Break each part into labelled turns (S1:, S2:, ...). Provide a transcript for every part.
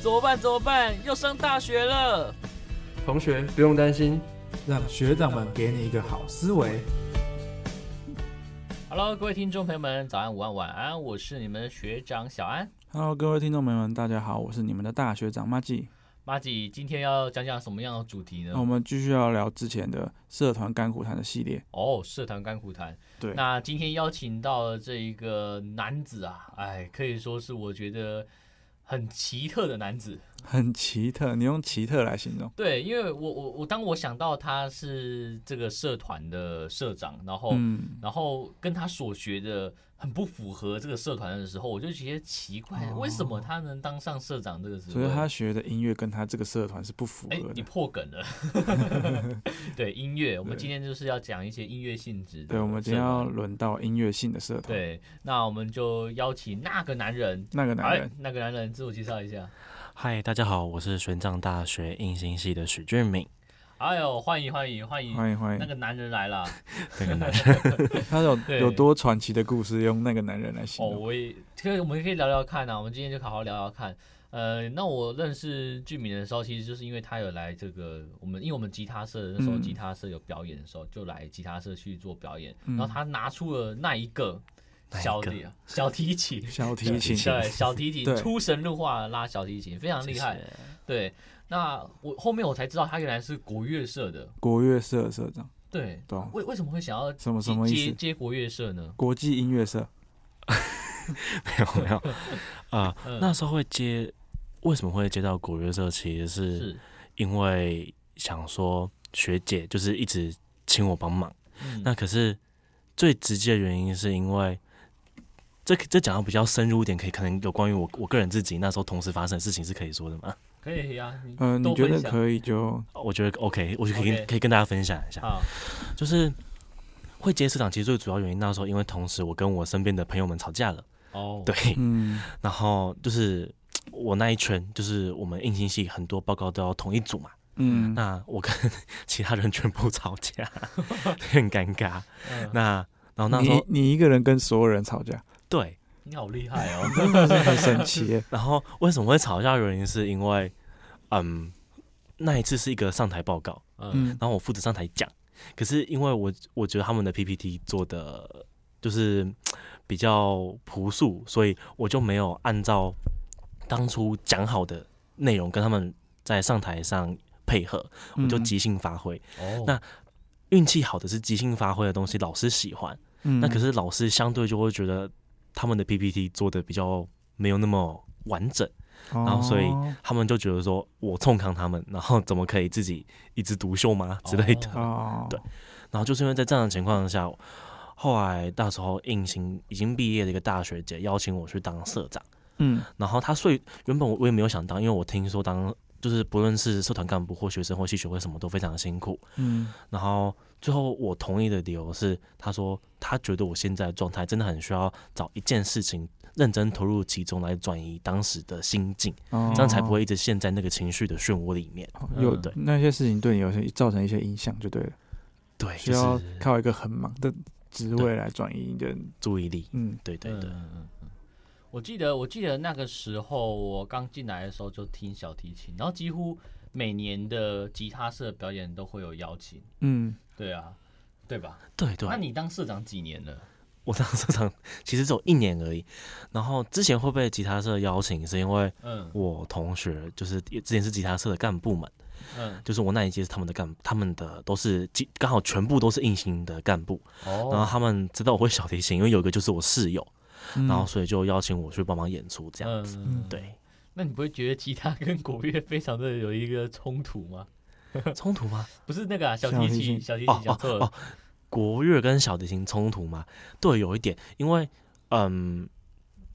S1: 怎么办？怎么办？要上大学了！
S2: 同学不用担心，
S3: 让学长们给你一个好思维。
S1: Hello，各位听众朋友们，早安、午安、晚安，我是你们的学长小安。
S4: Hello，各位听众朋友们，大家好，我是你们的大学长马季。
S1: 马吉，今天要讲讲什么样的主题呢
S4: 那我？们继续要聊之前的社团甘苦谈的系列。
S1: 哦，社团甘苦谈。
S4: 对，
S1: 那今天邀请到的这一个男子啊，哎，可以说是我觉得很奇特的男子。
S4: 很奇特，你用奇特来形容。
S1: 对，因为我我我，当我想到他是这个社团的社长，然后、
S4: 嗯，
S1: 然后跟他所学的很不符合这个社团的时候，我就觉得奇怪，
S4: 哦
S1: 为什么他能当上社长这个职
S4: 所以
S1: 位？
S4: 他学的音乐跟他这个社团是不符
S1: 哎，
S4: 合
S1: 你
S4: 的。
S1: 破梗 了。对音乐，我们
S4: 对
S1: 今天就是要讲一些音乐性质的社团。
S4: 对，我们今天要轮到音乐性的社团。，
S1: 对，那我们就邀请那个男人。
S4: 那个男
S1: 哎
S4: 人，，
S1: 那个男人自我介绍一下。
S5: 嗨，大家好，我是玄奘大学应兴系的许俊敏。
S1: 哎呦，欢迎欢迎欢迎，
S4: 欢迎欢
S1: 那
S4: 迎。
S1: 个男人来了。
S5: 这个男
S4: 他有
S1: 对
S4: 有多传奇的故事，用那个男人来形
S1: 哦，
S4: 容。
S1: 我也，这个我们可以聊聊看啊。我们今天就好好聊聊看。呃，那我认识俊敏的时候，其实就是因为他有来这个我们，因为我们吉他社那时候
S4: 嗯
S1: 吉他社有表演的时候，就来吉他社去做表演。
S4: 嗯
S1: 然后他拿出了那一个
S5: 哪一
S1: 小
S5: 个
S1: 提小提琴，
S4: 小提琴，
S1: 对，小提 琴
S4: 对
S1: 出神入化拉小提琴，非常厉害。对，那我后面我才知道他原来是国乐社的。
S4: 国乐社社长，
S1: 对，
S4: 懂？
S1: 为为什么会想要
S4: 什么
S1: 接
S4: 什么意
S1: 接
S4: 思？
S1: 接国乐社呢？
S4: 国际音乐社，
S5: 没有 没有啊、
S1: 嗯
S5: 那时候会接，为什么会接到国乐社？其实是
S1: 是，
S5: 因为想说学姐就是一直请我帮忙。
S1: 嗯
S5: 那可是最直接的原因是因为。这这讲到比较深入一点，可以可能有关于我我个人自己那时候同时发生的事情是可以说的吗？
S1: 可以呀，你
S4: 嗯，你
S1: 多
S4: 觉
S1: 分
S4: 得
S1: 享
S4: 可以就
S5: 我觉得 OK，我就可以跟
S1: OK
S5: 可以跟大家分享一下。
S1: 好，
S5: 就是会接市长，其实最主要原因那时候因为同时我跟我身边的朋友们吵架了，
S1: 哦，
S5: 对，
S4: 嗯
S5: 然后就是我那一圈就是我们应勤系很多报告都要同一组嘛，
S4: 嗯，
S5: 那我跟 其他人全部吵架， 很尴尬。
S1: 嗯，
S5: 那然后那时
S4: 你
S5: 候
S4: 你一个人跟所有人吵架，
S5: 对，
S1: 你好厉害 哦，
S5: 嗯
S4: 很神奇耶。
S5: 然后为什么会吵架？原因是因为嗯那一次是一个上台报告，
S1: 嗯，
S4: 嗯，
S5: 然后我负责上台讲，可是因为我我觉得他们的 PPT 做的就是嗯比较朴素，所以我就没有按照当初讲好的内容跟他们在上台上配合，
S4: 嗯
S5: 我就即兴发挥。
S1: 哦，
S5: 那运气好的是即兴发挥的东西老师喜欢，
S4: 嗯，
S5: 那可
S4: 是
S5: 是老师相对就会觉得他们的 PPT 做的比较没有那么完整，
S4: 然
S5: 然后所以他们就觉得说我冲康他们，然后怎么可以自己一枝独秀吗之类的。
S4: 哦，
S5: 对然后就是因为在这样的情况下，后来到时候应行已经毕业的一个大学姐邀请我去当社长，
S4: 嗯
S5: 然后她说原本我我也没有想当，因为我听说当就是不论是社团干部或学生或系学会什么都非常辛苦。
S4: 嗯
S5: 然后最后我同意的理由是，她说她觉得我现在的状态真的很需要找一件事情认真投入其中来转移当时的心境，
S4: 哦，
S5: 这样才不会一直陷在那个情绪的漩涡里面。
S4: 哦有
S1: 嗯
S5: 对
S4: 那些事情对你有些造成一些影响就对了，
S5: 对，
S4: 需
S5: 就
S4: 要
S5: 是
S4: 靠一个很忙的职位来转移你的，
S5: 注意力。
S4: 嗯
S5: 对对
S1: 嗯
S5: 对，
S1: 嗯嗯嗯我记得，我记得那个时候我刚进来的时候就听小提琴，然后几乎每年的吉他社表演都会有邀请，
S4: 嗯
S1: 对啊，对吧？
S5: 对对。
S1: 那你当社长几年了？
S5: 我当社长其实只有一年而已，然后之前会被吉他社邀请，是因为
S1: 嗯
S5: 我同学就是也之前是吉他社的干部们，
S1: 嗯，
S5: 就是我那一届是他们的干，他们的都是吉刚好全部都是硬性的干部，然后
S1: 哦，
S5: 他们知道我会小提琴，因为有一个就是我室友，
S4: 嗯，
S5: 然后所以就邀请我去帮忙演出这样子。
S1: 嗯，嗯。
S5: 对，
S1: 那你不会觉得吉他跟国乐非常的有一个冲突吗？
S5: 冲突吗？
S1: 不是那个啊，小
S4: 小
S1: 提
S4: 提
S1: 琴，
S4: 琴
S1: 小提
S5: 哦
S1: 琴讲
S5: 哦
S1: 错了
S5: 哦，，国乐跟小提琴冲突吗？对，有一点，因为嗯，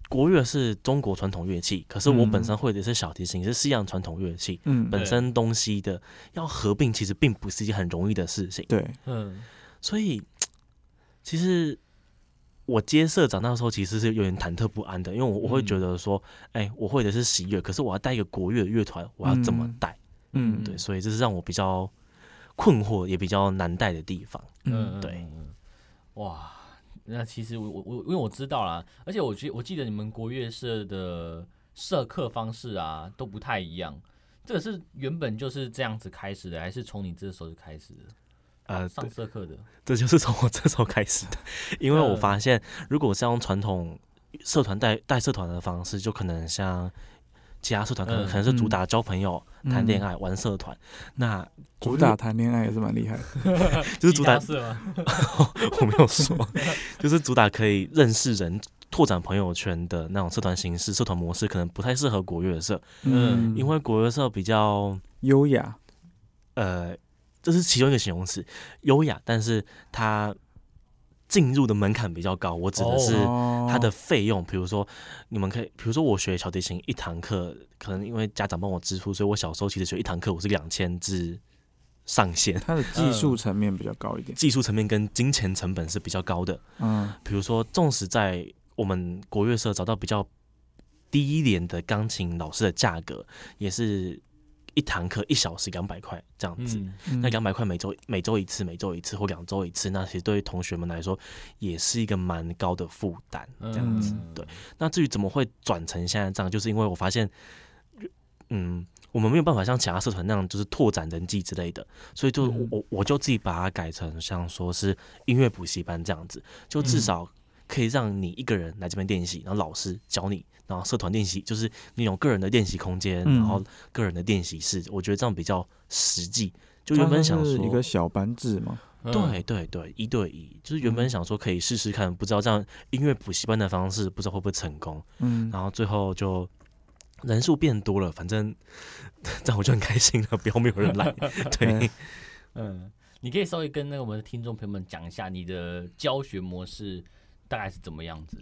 S5: 国乐是中国传统乐器，可是我本
S4: 嗯
S5: 身会的是小提琴，是西洋传统乐器。
S4: 嗯
S5: 本身东西的要合并，其实并不是一件很容易的事情。
S4: 对，
S1: 嗯，
S5: 所以，其实我接社长那时候其实是有点忐忑不安的，因为我我会
S1: 嗯
S5: 觉得说，哎、我会的是喜乐，可是我要带一个国乐乐团，我要怎么
S4: 嗯
S5: 带？
S4: 嗯
S5: 对，所以这是让我比较困惑，也比较难带的地方。
S4: 嗯
S1: 嗯，
S5: 对
S1: 嗯，嗯哇，那其实我我我因为我知道啦，而且我记我记得你们国乐社的授课方式啊都不太一样。这个是原本就是这样子开始的，还是从你这时候就开始的？
S5: 呃，
S1: 上社课的，
S5: 这就是从我这时候开始的，因为
S1: 嗯
S5: 我发现，如果是要用传统社团带带社团的方式，就可能像其他社团可
S1: 嗯
S5: 能、可能是主打交朋友、谈恋爱、玩社团， 那
S4: 主打谈恋爱也是蛮厉害的。
S5: 就是主打
S1: 是吗？
S5: 我没有说，就是主打可以认识人、拓展朋友圈的那种社团形式、社团模式，可能不太适合国乐社，
S1: 嗯
S5: 因为国乐社比较
S4: 优雅，
S5: 呃，这是其中一个形容词，优雅，但是它进入的门槛比较高。我指的是
S4: 哦
S5: 它的费用，比如说你们可以，比如说我学小提琴一堂课，可能因为家长帮我支付，所以我小时候其实学一堂课我是两千至上限，
S4: 它的
S5: 嗯
S4: 技术层面比较高一点。
S5: 技术层面跟金钱成本是比较高的。
S4: 嗯
S5: 比如说，纵使在我们国乐社找到比较低一点的钢琴老师的价格，也是一堂课一小时两百块这样子。
S1: 嗯，
S4: 嗯
S5: 那两百块每周每周一次，每周一次或两周一次，那其实对于同学们来说也是一个蛮高的负担。
S1: 这
S4: 样子
S1: 嗯
S5: 对，那至于怎么会转成现在这样，就是因为我发现，嗯，我们没有办法像其他社团那样，就是拓展人际之类的，所以就我
S3: 嗯
S5: 我我就自己把它改成像说是音乐补习班这样子，就
S4: 嗯
S5: 至少可以让你一个人来这边练习，然后老师教你，然后社团练习，就是你有个人的练习空间，
S4: 嗯
S5: 然后个人的练习室，我觉得这样比较实际。就原本想
S4: 它
S5: 说
S4: 哦
S5: 啊
S4: 是一个小班制嘛，
S1: 嗯
S5: 对对对，一对一，就是原
S4: 嗯
S5: 本想说可以试试看，不知道这样音乐补习班的方式，不知道会不会成功。
S4: 嗯，
S5: 然后最后就人数变多了，反正这样我就很开心了，不要没 有人来。对，
S1: 嗯，你可以稍微跟那个我们的听众朋友们讲一下你的教学模式大概是怎么样子？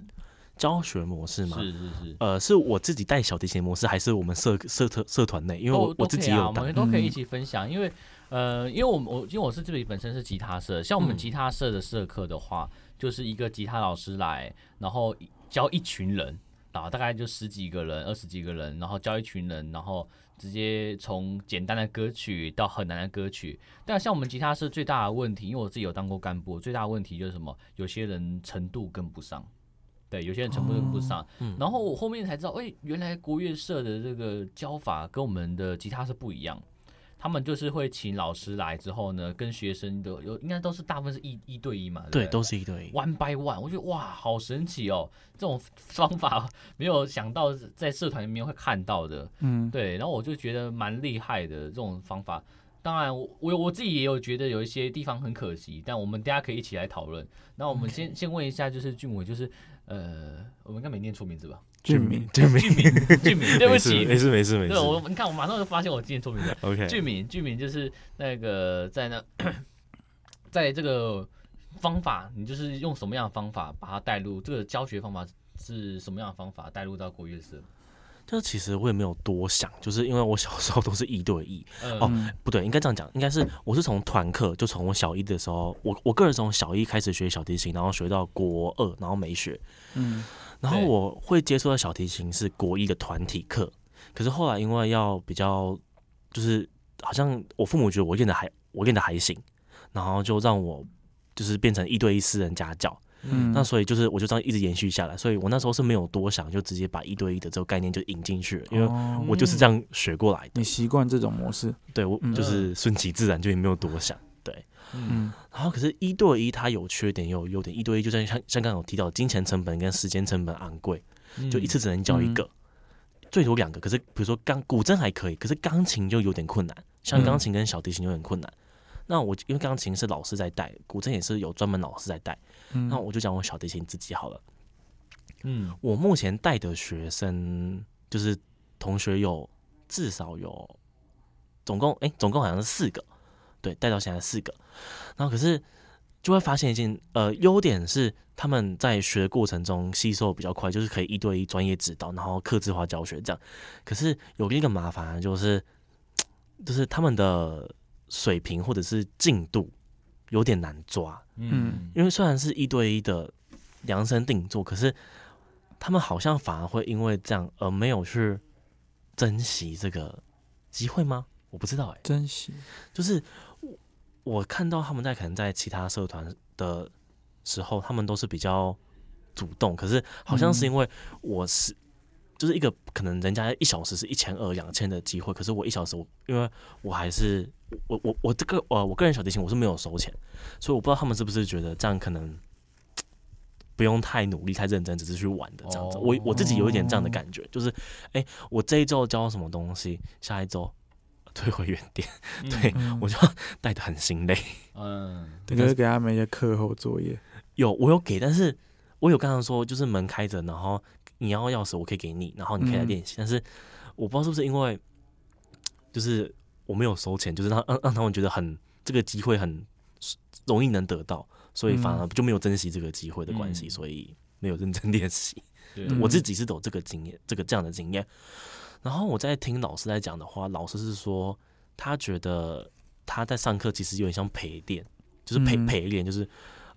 S5: 教学模式嘛，
S1: 是是是，
S5: 呃，是我自己带小提琴模式，还是我们社社特社团内？因为
S1: 都
S5: 我
S1: 都
S5: 我自
S1: 可以
S5: 己
S1: 啊
S5: 有
S1: 我
S5: 带
S1: 们，都可以一
S4: 嗯
S1: 起分享，因为呃，因为我们我因为我是这里本身是吉他社，像我们
S5: 嗯
S1: 吉他社的社课的话，就是一个吉他老师来，然后一教一群人，然后大概就十几个人、二十几个人，然后教一群人，然后直接从简单的歌曲到很难的歌曲。但像我们吉他社最大的问题，因为我自己有当过干部，最大的问题就是什么？有些人程度跟不上。对，有些人程度跟不上，
S5: 嗯
S1: 然后我后面才知道，哎、原来国乐社的这个教法跟我们的吉他是不一样。他们就是会请老师来之后呢，跟学生的有应该都是大部分是一一对一嘛，
S5: 对，
S1: 对不对，
S5: 都是一对一。
S1: one by one。我觉得哇，好神奇哦，这种方法没有想到在社团里面会看到的。
S4: 嗯，
S1: 对，然后我就觉得蛮厉害的这种方法。当然我，我我自己也有觉得有一些地方很可惜，但我们大家可以一起来讨论。那我们先先问一下，就是俊伟，就是呃，我们应该没念错名字吧？
S4: 俊明，
S5: 俊明，
S1: 俊明，俊明，对不起，
S5: 没事没事没事
S1: 对我你看我马上就发现我今天错名字。
S5: ，OK，
S1: 俊敏，俊敏就是那个在那，在这个方法，你就是用什么样的方法把它带入？这个教学方法是什么样的方法带入到国乐社？
S5: 就是其实我也没有多想，就是因为我小时候都是一对一，
S1: 嗯、
S5: 哦不对，应该这样讲，应该是我是从团课，就从我小一的时候，我我个人从小一开始学小提琴，然后学到国二，然后没学，
S4: 嗯，
S5: 然后
S1: 对
S5: 我会接触到小提琴是国一的团体课，可是后来因为要比较，就是好像我父母觉得我练的还我练的还行，然后就让我就是变成一对一私人家教，
S4: 嗯
S5: 那所以就是我就这样一直延续下来，所以我那时候是没有多想，就直接把一对一的这个概念就引进去了，因为
S4: 哦
S5: 我就是这样学过来的，
S4: 你习惯这种模式，
S5: 对我
S4: 嗯
S5: 就是顺其自然，就也没有多想。
S1: 嗯，
S4: 嗯
S5: 然后可是，一对一它有缺点也有优点。一对一就像像像刚刚有提到，金钱成本跟时间成本昂贵，
S1: 嗯
S5: 就一次只能教一个，最多两个。可是比如说钢古筝还可以，可是钢琴就有点困难，像
S4: 嗯
S5: 钢琴跟小提琴有点困难。那我因为钢琴是老师在带，古筝也是有专门老师在带。
S4: 嗯，
S5: 那我就讲我小提琴自己好了。
S1: 嗯，
S5: 我目前带的学生就是同学有至少有总共哎、总共好像是四个，对，带到现在四个。然后可是就会发现一件呃优点是他们在学的过程中吸收比较快，就是可以一对一专业指导，然后客制化教学这样。可是有另一个麻烦啊就是，就是他们的水平或者是进度有点难抓。
S1: 嗯，
S5: 因为虽然是一对一的量身定做，可是他们好像反而会因为这样而没有去珍惜这个机会吗？我不知道哎、
S4: 珍惜，
S5: 就是我我看到他们在可能在其他社团的时候，他们都是比较主动，可是好像是因为我是、就是一个可能人家一小时是一千二、两千的机会，可是我一小时我因为我还是我我我这个呃我个人小提琴我是没有收钱，所以我不知道他们是不是觉得这样可能不用太努力、太认真，只是去玩的这样子。我我自己有一点这样的感觉，就是哎、我这一周教什么东西，下一周 退回原点，对我就带的很心累。
S1: 嗯，
S4: 嗯你可以给他们一些课后作业。
S5: 有，我有给，但是我有跟他说，就是门开着，然后你要钥匙，我可以给你，然后你可以来
S4: 嗯
S5: 练习。但是我不知道是不是因为，就是我没有收钱，就是让让让他们觉得很这个机会很容易能得到，所以反而就没有珍惜这个机会的关系，
S1: 嗯
S5: 所以没有认真练习。
S1: 对，
S4: 嗯
S5: 我自己是有这个经验，这个这样的经验。然后我在听老师在讲的话，老师是说他觉得他在上课其实有点像陪练，就是陪
S4: 嗯
S5: 陪练，就是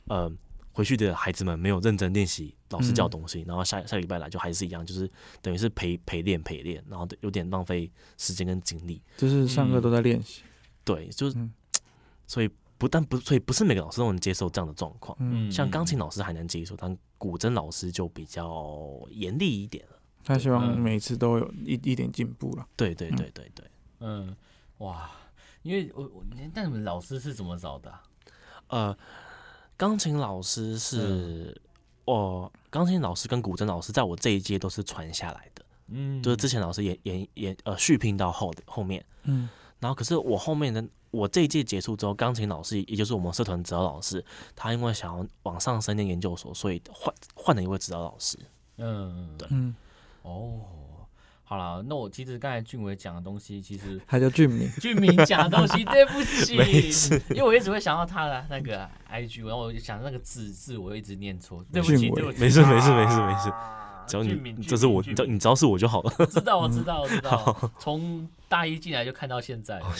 S5: 呃回去的孩子们没有认真练习老师
S4: 嗯
S5: 教的东西，然后下下礼拜来就还是一样，就是等于是陪陪练陪练，然后有点浪费时间跟精力。
S4: 就是上课都在练习。
S5: 对，就是、
S4: 嗯
S5: 所以不但不所以不是每个老师都能接受这样的状况，
S4: 嗯，
S1: 嗯
S5: 像钢琴老师还能接受，但古筝老师就比较严厉一点了。
S4: 他希望
S1: 嗯
S4: 每次都有一一点进步了。
S5: 对对
S4: 嗯
S5: 对对对。
S1: 嗯，哇，因为我我那你们老师是怎么找的啊、
S5: 呃，钢琴老师是哦，钢琴老师跟古筝老师在我这一届都是传下来的，
S1: 嗯，
S5: 就是之前老师也也也呃续聘到后后面，
S4: 嗯，
S5: 然后可是我后面的我这一届结束之后，钢琴老师也就是我们社团指导老师，他因为想要往上升念研究所，所以换换了一位指导老师。
S1: 嗯，
S5: 对
S4: 嗯，
S1: 哦，好了，那我其实刚才俊伟讲的东西，其实。
S4: 他叫俊 明
S1: 俊明讲的东西，对不
S5: 没
S1: 起，因为我一直会想到他的那个 IG，然后我就想那个字字，我一直念错，对不起，
S4: 俊伟
S1: 对不起，
S5: 没事没事没事没事
S1: 啊
S5: 只要
S1: 俊明
S5: 你，这是我，
S1: 俊
S5: 你
S1: 明
S5: 知道你知道是我就好了。
S1: 知道， 我知道，我知道。从大一进来就看到现在，
S5: 哦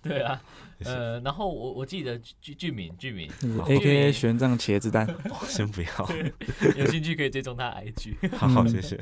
S1: 对啊，呃，然后我我记得剧剧名剧名，
S4: A K
S5: 哦
S4: A 玄奘茄子蛋，
S5: 先不要，
S1: 有兴趣可以追踪他的 IG。
S5: 好好谢谢。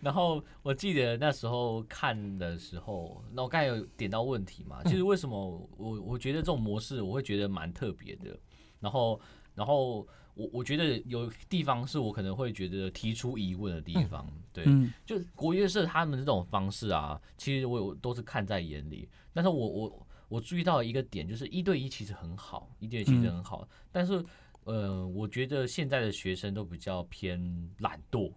S1: 然后我记得那时候看的时候，那我刚才有点到问题嘛，其实为什么我我觉得这种模式我会觉得蛮特别的，然后然后我我觉得有地方是我可能会觉得提出疑问的地方，对，
S4: 嗯，
S1: 就国乐社他们这种方式啊，其实我有都是看在眼里。但是我我我注意到一个点，就是一对一其实很好，一对一其实很
S5: 嗯
S1: 好，但是呃，我觉得现在的学生都比较偏懒 惰，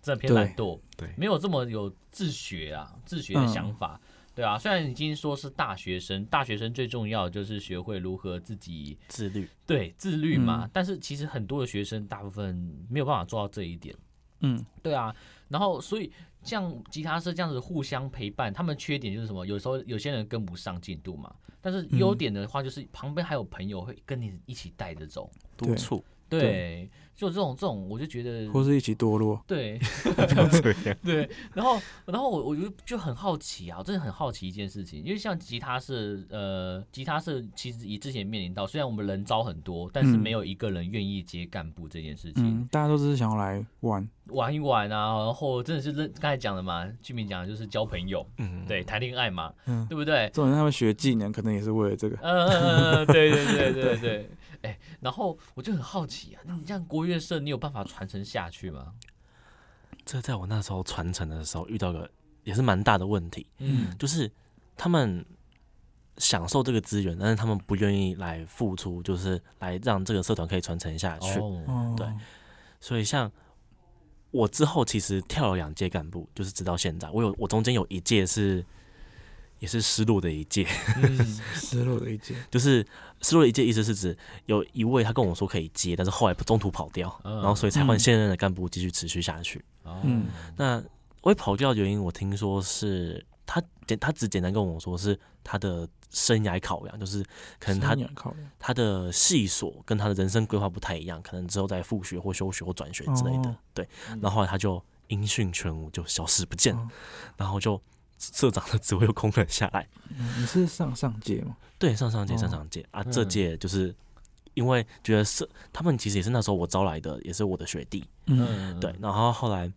S1: 真的偏懒惰，
S5: 对嗯对
S1: 没有这么有自学啊，自学的想法。对啊，虽然已经说是大学生，大学生最重要的就是学会如何自己
S5: 自律，
S1: 对自律
S5: 嗯
S1: 嘛。但是其实很多的学生，大部分没有办法做到这一点。
S4: 嗯，
S1: 对啊，然后所以像吉他社这样子互相陪伴，他们缺点就是什么？有时候有些人跟不上进度嘛，但是优点的话就是旁边还有朋友会跟你一起带着走。
S5: 督
S4: 对
S5: 促，
S1: 对，
S4: 对
S1: 就这种这种，我就觉
S5: 嗯
S1: 得
S4: 或是一起堕落。
S1: 对
S5: 不要这样。
S1: 对，然后然后我我就就很好奇啊，我真的很好奇一件事情，因为像吉他社，呃，吉他社其实以之前面临到，虽然我们人招很多，但是
S4: 嗯
S1: 没有一个人愿意接干部这件事情。
S4: 嗯，大家都只是想要来玩。
S1: 玩一玩啊，然后真的是认刚才讲的嘛，居民讲的就是交朋友，
S5: 嗯，
S1: 对，谈恋爱嘛，
S4: 嗯
S1: 对不对？
S4: 这种人他们学技能，可能也是为了这个。
S1: 呃，对对对对对， 哎、然后我就很好奇啊，那你这样国乐社，你有办法传承下去吗？
S5: 这在我那时候传承的时候遇到个也是蛮大的问题，
S1: 嗯
S5: 就是他们享受这个资源，但是他们不愿意来付出，就是来让这个社团可以传承下去。
S1: 哦，
S4: 哦，
S3: 嗯
S5: 对所以像我之后其实跳了两届干部，就是直到现在，我有我中间有一届是也是失落的一届，
S1: 嗯
S4: 失落的一届。
S5: 就是失落的一届意思是指有一位他跟我说可以接，但是后来中途跑掉，
S1: 嗯
S5: 然后所以才换
S4: 嗯
S5: 现任的干部继续持续下去。
S1: 哦
S4: 嗯
S5: 那会跑掉的原因，我听说是他简他只简单跟我说是他的生涯考量，就是可能他
S4: 三年考量
S5: 他的系所跟他的人生规划不太一样，可能之后再复学或休学或转学之类的。
S4: 哦
S5: 对，然后后来他就音讯全无，就消失不见了，
S4: 哦
S5: 然后就社长的职位又空了下来。
S4: 嗯你是上上届吗？
S5: 对，上上届
S4: 哦
S5: 上上届、啊，
S1: 嗯
S5: 这届就是因为觉得社他们其实也是那时候我招来的，也是我的学弟，
S1: 嗯
S5: 对，然后后来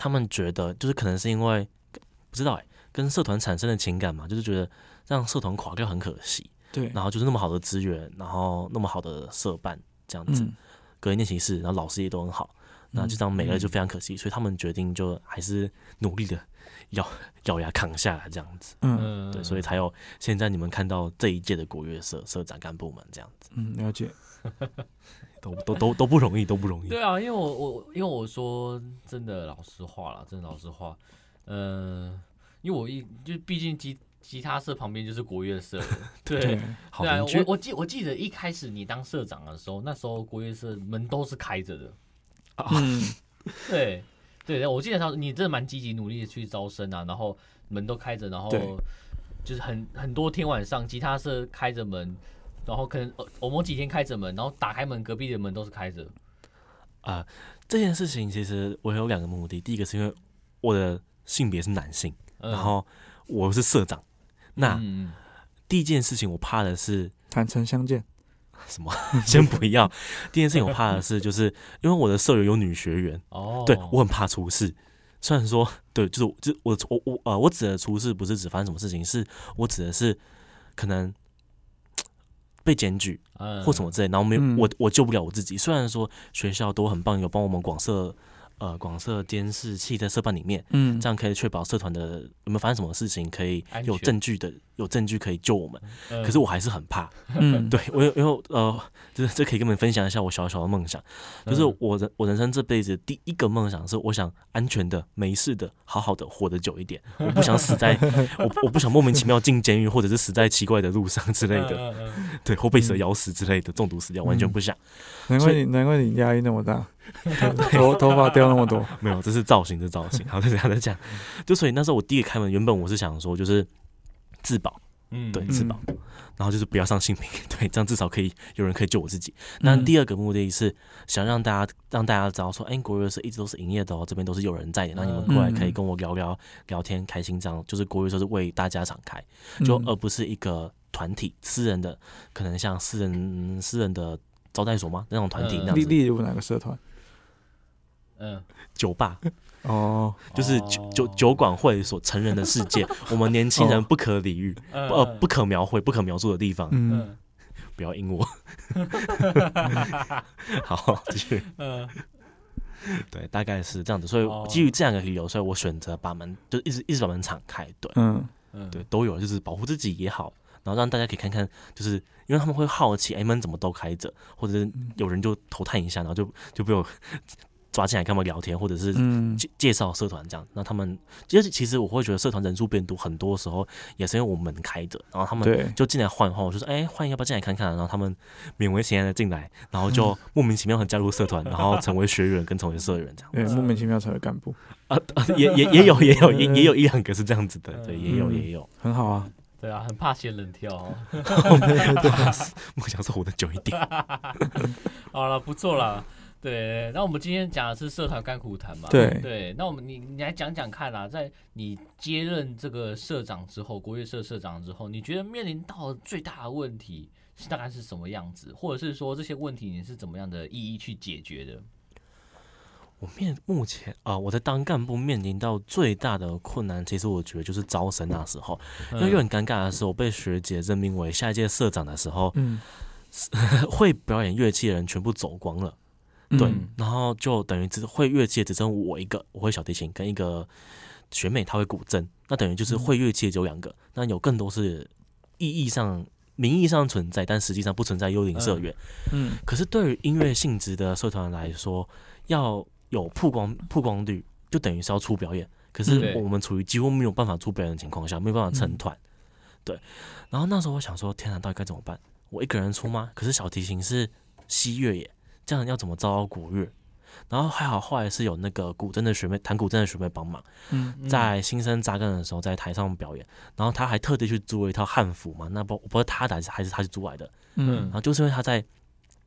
S5: 他们觉得，就是可能是因为不知道哎、跟社团产生的情感嘛，就是觉得让社团垮掉很可惜，
S4: 对，
S5: 然后就是那么好的资源，然后那么好的社办这样子，
S4: 嗯
S5: 隔音练习室，然后老师也都很好，那
S1: 嗯
S5: 这张没了就非常可惜，所以他们决定就还是努力的 咬咬牙扛下来这样子。
S4: 嗯
S1: 嗯，
S5: 对，所以才有现在你们看到这一届的国乐社社长干部们这样子，
S4: 嗯，了解。
S5: 都都都都不容易，都不容易。
S1: 对啊，因为我我因为我说真的老实话啦，真的老实话，呃，因为我一就毕竟吉吉他社旁边就是国乐社了，对。
S5: 好
S1: 对啊，
S5: 邻
S1: 我
S5: 居，
S1: 我记我记得一开始你当社长的时候，那时候国乐社门都是开着的，
S5: 啊
S4: 嗯，
S1: 对对，我记得他你真的蛮积极努力的去招生啊，然后门都开着，然后
S4: 对
S1: 就是很很多天晚上吉他社开着门，然后可能呃我某几天开着门，然后打开门隔壁的门都是开着，
S5: 啊，这件事情其实我有两个目的，第一个是因为我的性别是男性，
S1: 嗯、
S5: 然后我是社长。那
S1: 嗯
S5: 第一件事情我怕的是
S4: 坦诚相见。
S5: 什么？先不要。第一件事情我怕的是，就是因为我的舍友有女学员，
S1: 哦，
S5: 对我很怕出事。虽然说，对，就是就是我我我呃，我指的出事不是指发生什么事情，是我指的是可能被检举
S1: 嗯
S5: 或什么之类，然后没有、
S4: 嗯
S5: 我我救不了我自己。虽然说学校都很棒，有帮我们广设呃广设监视器在社办里面，
S4: 嗯
S5: 这样可以确保社团的有没有发生什么事情，可以
S1: 安
S5: 有
S1: 全
S5: 证据的有证据可以救我们。
S1: 嗯
S5: 可是我还是很怕，
S4: 嗯，
S5: 对我有因为呃，这这可以跟你们分享一下我小小的梦想，就是
S1: 嗯
S5: 我人我人生这辈子第一个梦想是我想安全的、没事的、好好的活得久 一点，我不想死在我我不想莫名其妙进监狱，或者是死在奇怪的路上之类的，
S1: 嗯嗯嗯
S5: 对，或被蛇咬死之类的，中毒死掉完全
S4: 嗯
S5: 不想。
S4: 难怪你难怪你压力那么大， 头头发掉那么多。
S5: 没有，这是造型，这是造型。好，等一下再讲。就所以那时候我第一个开门，原本我是想说就是自保，
S1: 嗯，
S5: 对，
S1: 嗯
S5: 自保，然后就是不要上性命， 对，这样至少可以有人可以救我自己。
S4: 嗯
S5: 那第二个目的是想让大家让大家知道说，哎、国乐社一直都是营业的哦，这边都是有人在的，那你们过来可以跟我聊聊、聊天，开心这样。就是国乐社是为大家敞开，就
S4: 嗯
S5: 而不是一个团体、私人的，可能像私人私人的招待所吗？那种团体
S1: 嗯
S5: 那样
S4: 例
S5: 子，
S4: 例如哪个社团？
S1: 嗯，
S5: 酒吧
S4: 哦，
S5: 就是酒酒酒馆会所成人的世界，我们年轻
S4: 哦
S5: 人不可理喻，
S1: 嗯
S5: 呃，不可描绘、不可描述的地方。
S4: 嗯，
S1: 嗯
S5: 不要阴我。 好，继续。
S1: 嗯
S5: 对，大概是这样子。所以基于这样的理由，所以我选择把门就一直一直把门敞开。对
S4: 嗯，
S1: 嗯，
S5: 对，都有，就是保护自己也好，然后让大家可以看看，就是因为他们会好奇，哎，门怎么都开着，或者是有人就头探一下，然后就就被我抓进来跟他们聊天，或者是
S4: 嗯
S5: 介介绍社团这样。那他们就是其实我会觉得社团人数变多，很多时候也是因为我们开着，然后他们
S4: 对，
S5: 就进来换换，我就说哎换要不要进来看看啊？然后他们勉为其难的进来，然后就莫名其妙的加入社团，然后成为学员跟成为社员 这样。
S4: 对，莫名其妙成为干部，
S5: 啊，啊也也也有也有也也有一两个是这样子的，对，也有
S4: 嗯
S5: 也有。
S4: 很好啊。
S1: 对啊，很怕仙人跳哦。
S5: 梦想是活得久一点。
S1: 好了，不错啦。对，那我们今天讲的是社团甘苦谈嘛？
S4: 对
S1: 对，那我们你你来讲讲看啦，在你接任这个社长之后，国乐社社长之后，你觉得面临到最大的问题是大概是什么样子，或者是说这些问题你是怎么样的一一去解决的？
S5: 我面目前啊、我在当干部面临到最大的困难，其实我觉得就是招生那时候，因为有很尴尬的是，我被学姐任命为下一届社长的时候，
S4: 嗯，
S5: 会表演乐器的人全部走光了。对，
S4: 嗯
S5: 然后就等于只会乐器的只剩我一个，我会小提琴跟一个学妹，她会古筝，那等于就是会乐器的只有两个，那有更多是意义上、名义上存在，但实际上不存在幽灵社员。
S4: 嗯
S5: 可是对于音乐性质的社团来说，要有曝光曝光率，就等于是要出表演。可是
S1: 对
S5: 我们处于几乎没有办法出表演的情况下，没有办法成团。对，然后那时候我想说，天哪，到底该怎么办？我一个人出吗？可是小提琴是西乐耶，这样要怎么招到国乐？然后还好，后来是有那个古筝的学妹，弹古筝的学妹帮忙，
S4: 嗯
S5: 在新生扎根的时候在台上表演。然后她还特地去租了一套汉服嘛，那不我不知道她的还是还是她去租来的。
S4: 嗯
S5: 然后就是因为他在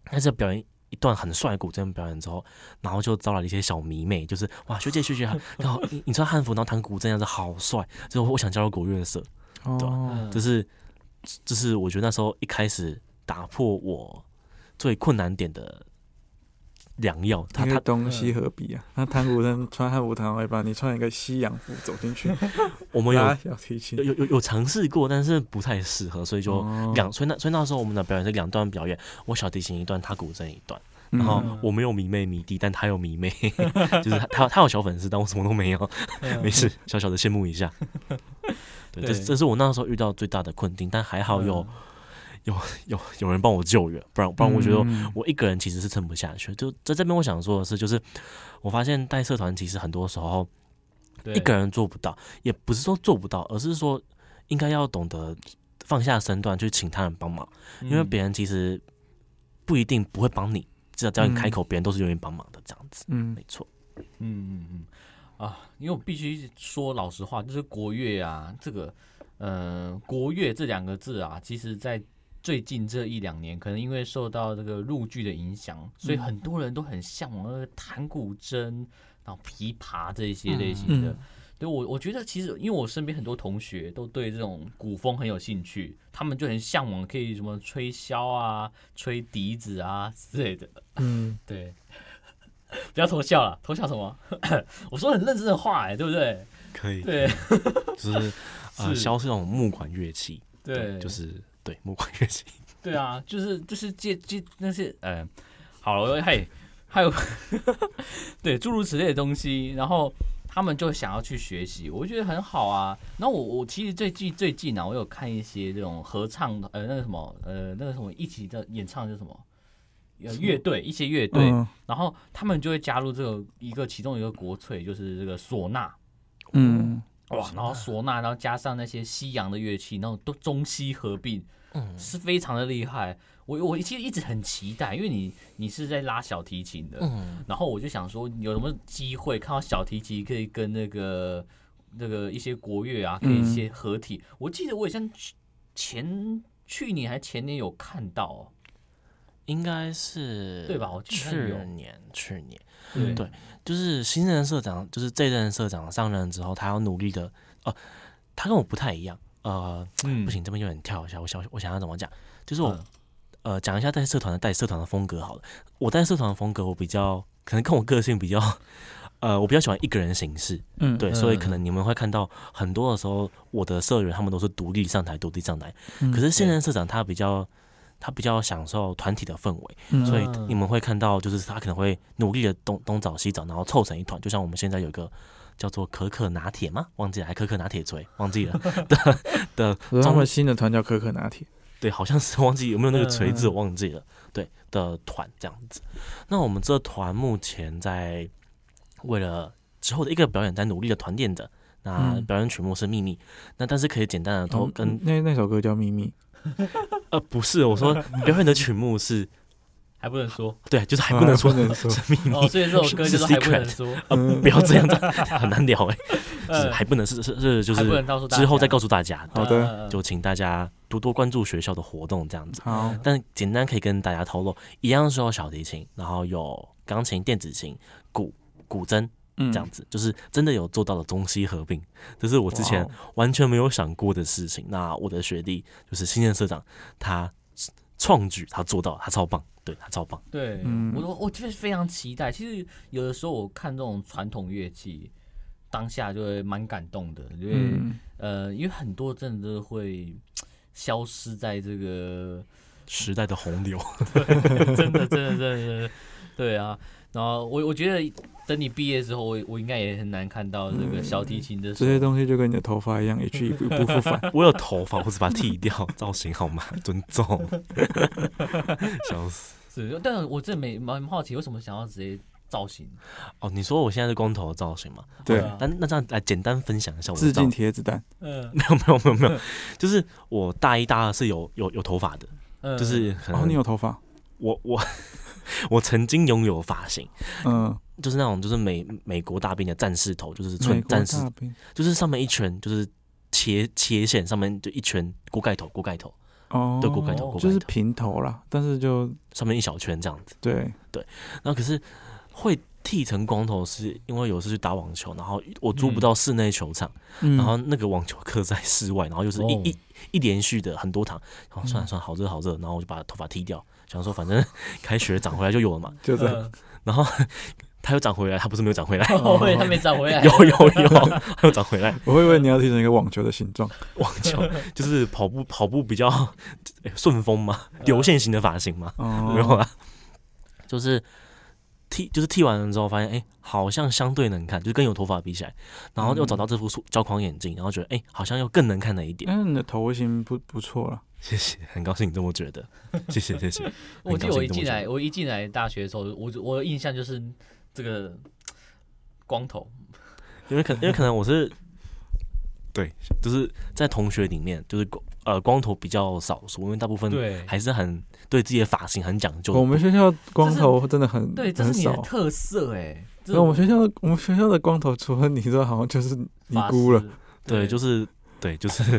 S5: 他在表演一段很帅的古筝表演之后，然后就招来了一些小迷妹，就是哇，学姐学姐，刚好 你你穿汉服然后弹古筝，样子好帅，所以我想加入国乐社，
S4: 哦，
S1: 嗯，
S5: 这是这是我觉得那时候一开始打破我最困难点的良药，
S4: 他
S5: 他他嗯
S4: 他东西合璧啊。那弹古筝穿汉服弹到一半，你穿一个西洋服走进去，
S5: 我们
S4: 拉
S5: 有
S4: 小提琴
S5: 有，有有有尝试过，但是不太适合，所以就
S4: 哦
S5: 两所以那所以那时候我们的表演是两段表演，我小提琴一段，他古筝一段。然后
S4: 嗯
S5: 我没有迷妹迷弟，但他有迷妹， 就是他他他有小粉丝，但我什么都没有，没事，小小的羡慕一下。对，这
S4: 对
S5: 这是我那时候遇到最大的困境，但还好有、有有有人帮我救援，不然不然我觉得
S4: 嗯
S5: 我一个人其实是撑不下去。就在这边，我想说的是，就是我发现带社团其实很多时候
S1: 对
S5: 一个人做不到，也不是说做不到，而是说应该要懂得放下身段去请他人帮忙，因
S1: 嗯
S5: 为别人其实不一定不会帮你，至少只要你开口，别人都是愿意帮忙的这样子。
S4: 嗯
S5: 没错，
S1: 嗯嗯嗯啊，因为我必须说老实话，就是国乐啊，这个呃国乐这两个字啊，其实在最近这一两年，可能因为受到这个陆剧的影响，所以很多人都很向往那个弹古筝、然后琵琶这一些类型的。
S4: 嗯
S1: 对我，我觉得其实因为我身边很多同学都对这种古风很有兴趣，他们就很向往可以什么吹箫啊、吹笛子啊之类的。
S4: 嗯，
S1: 对，不要偷笑了，偷笑什么？ 我说很认真的话、哎，对不对？
S5: 可以，
S1: 对
S5: 就是呃，
S1: 是
S5: 箫是那种木管乐器，
S1: 对，
S5: 就是对木管乐器。
S1: 对啊，就是就是借借那些呃，好了，嘿，还有 对诸如此类的东西，然后他们就想要去学习，我觉得很好啊。然后我我其实最近最近啊，我有看一些这种合唱呃那个什么呃那个什么一起的演唱叫什么呃乐队一些乐队，
S4: 嗯
S1: 然后他们就会加入这个一个其中一个国粹，就是这个唢呐
S4: 嗯
S1: 哇，然后唢呐，然后加上那些西洋的乐器，然后都中西合并，
S5: 嗯
S1: 是非常的厉害。我我其实一直很期待，因为你你是在拉小提琴的，
S5: 嗯，
S1: 然后我就想说有什么机会看到小提琴可以跟那个那个一些国乐啊，可
S5: 嗯
S1: 以一些合体。我记得我好像去前去年还前年有看到、哦，
S5: 应该是
S1: 对吧我记
S5: 去
S1: 得有
S5: 年去年
S1: 对
S5: 嗯对就是新任社长，就是这任社长上任之后，他要努力的。呃，他跟我不太一样。呃，
S1: 嗯
S5: 不行，这边有点跳一下。我想我想要怎么讲，就是我、
S1: 嗯
S5: 呃讲一下带社团的带社团的风格好了。我带社团的风格，我比较可能跟我个性比较，呃，我比较喜欢一个人行事。
S4: 嗯，
S5: 对，所以
S1: 嗯
S5: 可能你们会看到很多的时候，我的社员他们都是独立上台，独立上台。
S4: 嗯
S5: 可是现任社长他比较，他比较享受团体的氛围，
S4: 嗯
S5: 所以
S1: 嗯
S5: 你们会看到，就是他可能会努力的东东找西找，然后凑成一团。就像我们现在有一个叫做可可拿铁吗？忘记了，还可可拿铁锤，忘记了 的的
S4: 可是他
S5: 张
S4: 们新的团叫可可拿铁，
S5: 对，好像是 忘记有没有那个锤子，
S4: 嗯嗯
S5: 我忘记了。对的团这样子。那我们这团目前在为了之后的一个表演在努力的团练的。那
S4: 嗯
S5: 表演曲目是秘密，那但是可以简单的都
S4: 哦
S5: 跟、
S4: 那那首歌叫《秘密
S5: 呃不是，我说表演的曲目是
S1: 还不能 说
S5: 对，就是还不能说
S4: 啊不能说
S5: 是秘密
S1: 哦，所以这首歌就是是还不能
S5: secret
S1: 说，
S5: 啊，不要这样子，很难聊哎、是
S1: 呃
S5: 还不能是是是就
S1: 还不
S5: 是
S1: 能告诉大家
S5: 之后再告诉大家，
S4: 好的
S1: 呃
S5: 就请大家多多关注学校的活动这样子》。。
S4: 好，
S5: 但简单可以跟大家透露，一样是有小提琴，然后有钢琴、电子琴、古古筝
S4: 嗯
S5: 这样子，就是真的有做到了中西合并，这是我之前
S4: 哇哦
S5: 完全没有想过的事情。那我的学弟就是新任社长，他创举他做到，他超棒，对他超棒。
S1: 对，
S4: 嗯
S1: 我我我就是非常期待。其实有的时候我看这种传统乐器，当下就会蛮感动的，因为、
S4: 嗯
S1: 呃，因为很多真的都会消失在这个，
S5: 时代的洪流，
S1: 真的真的真的真的， 对啊。然后我我觉得等你毕业之后，我我应该也很难看到这个小提琴的手
S4: 这些东西就跟嗯你的头发一样，一去一不不复返。
S5: 我有头发，我只把它剃掉， 造型好吗？尊 重，笑死。
S1: 是，但我真的没蛮好奇，为什么想要直接造型？
S5: 哦，你说我现在是光头的造型吗？
S4: 对
S1: 对，啊
S5: 那那这样来简单分享一下我的
S4: 致
S5: 造型
S4: 敬铁子弹。
S1: 嗯
S5: 没有没有没有没有，就是我大一大二是有有有头发的，
S1: 嗯
S5: 就是可
S4: 哦，
S5: 能
S4: 你有头发？
S5: 我我 我曾经拥有发型，
S4: 嗯，
S5: 就是那种就是美美国大兵的战士头，就是
S4: 美
S5: 纯
S4: 国
S5: 战士
S4: 大，兵。
S5: 就是上面一圈就是切切线，上面就一圈锅盖头锅盖头，
S4: 哦，
S5: 对锅盖头
S1: 哦
S5: 锅盖
S4: 就是
S5: 头，
S4: 平头啦，但是就
S5: 上面一小圈这样子。
S4: 对，
S5: 然后可是会剃成光头，是因为有次去打网球，然后我租不
S1: 嗯
S5: 到室内球场。
S4: 嗯
S5: 然后那个网球课在室外，然后又是一、
S1: 哦
S5: 一一连续的很多堂，然后算了
S4: 嗯
S5: 算了，好热好热，然后我就把头发剃掉，想说反正 开学长回来就有了嘛，
S4: 就这样。
S1: 嗯，
S5: 然后它又长回来，它不是没有长回来，
S1: 哦，我以为他没长回来，
S5: 有有有，它又长回来，
S4: 我会以为你要剃成一个网球的形状。
S5: 网球就是跑步 哎跑步比较诶顺风嘛，流线型的发型嘛，
S4: 嗯哦，
S5: 没有啊，就是剃，就是剃完了之后发现，哎、好像相对能看，就是跟有头发比起来，然后又
S4: 嗯
S5: 找到这副塑胶框眼镜，然后觉得，哎、好像又更能看了一点。
S4: 嗯，你的头型不不错了，
S5: 谢谢，很高兴你这么觉 得，谢谢谢谢。
S1: 我记得
S5: 很高兴
S1: 我一
S5: 这么
S1: 进
S5: 讲
S1: 来，我一进来大学的时候，我我的印象就是这个光头，
S5: 因为可因为可能我是，对，就是在同学里面，就是光呃光头比较少数，因为大部分
S1: 对
S5: 还是很对自己的发型很讲究的。
S4: 我们学校光头真的很
S1: 对，这
S4: 很
S1: 是你的
S4: 少。
S1: 特色哎。这
S4: 那我们学校我们学校的光头，除了你之外，好像就是尼
S1: 发
S4: 姑了
S1: 丝，，
S5: 对，就是是对，就是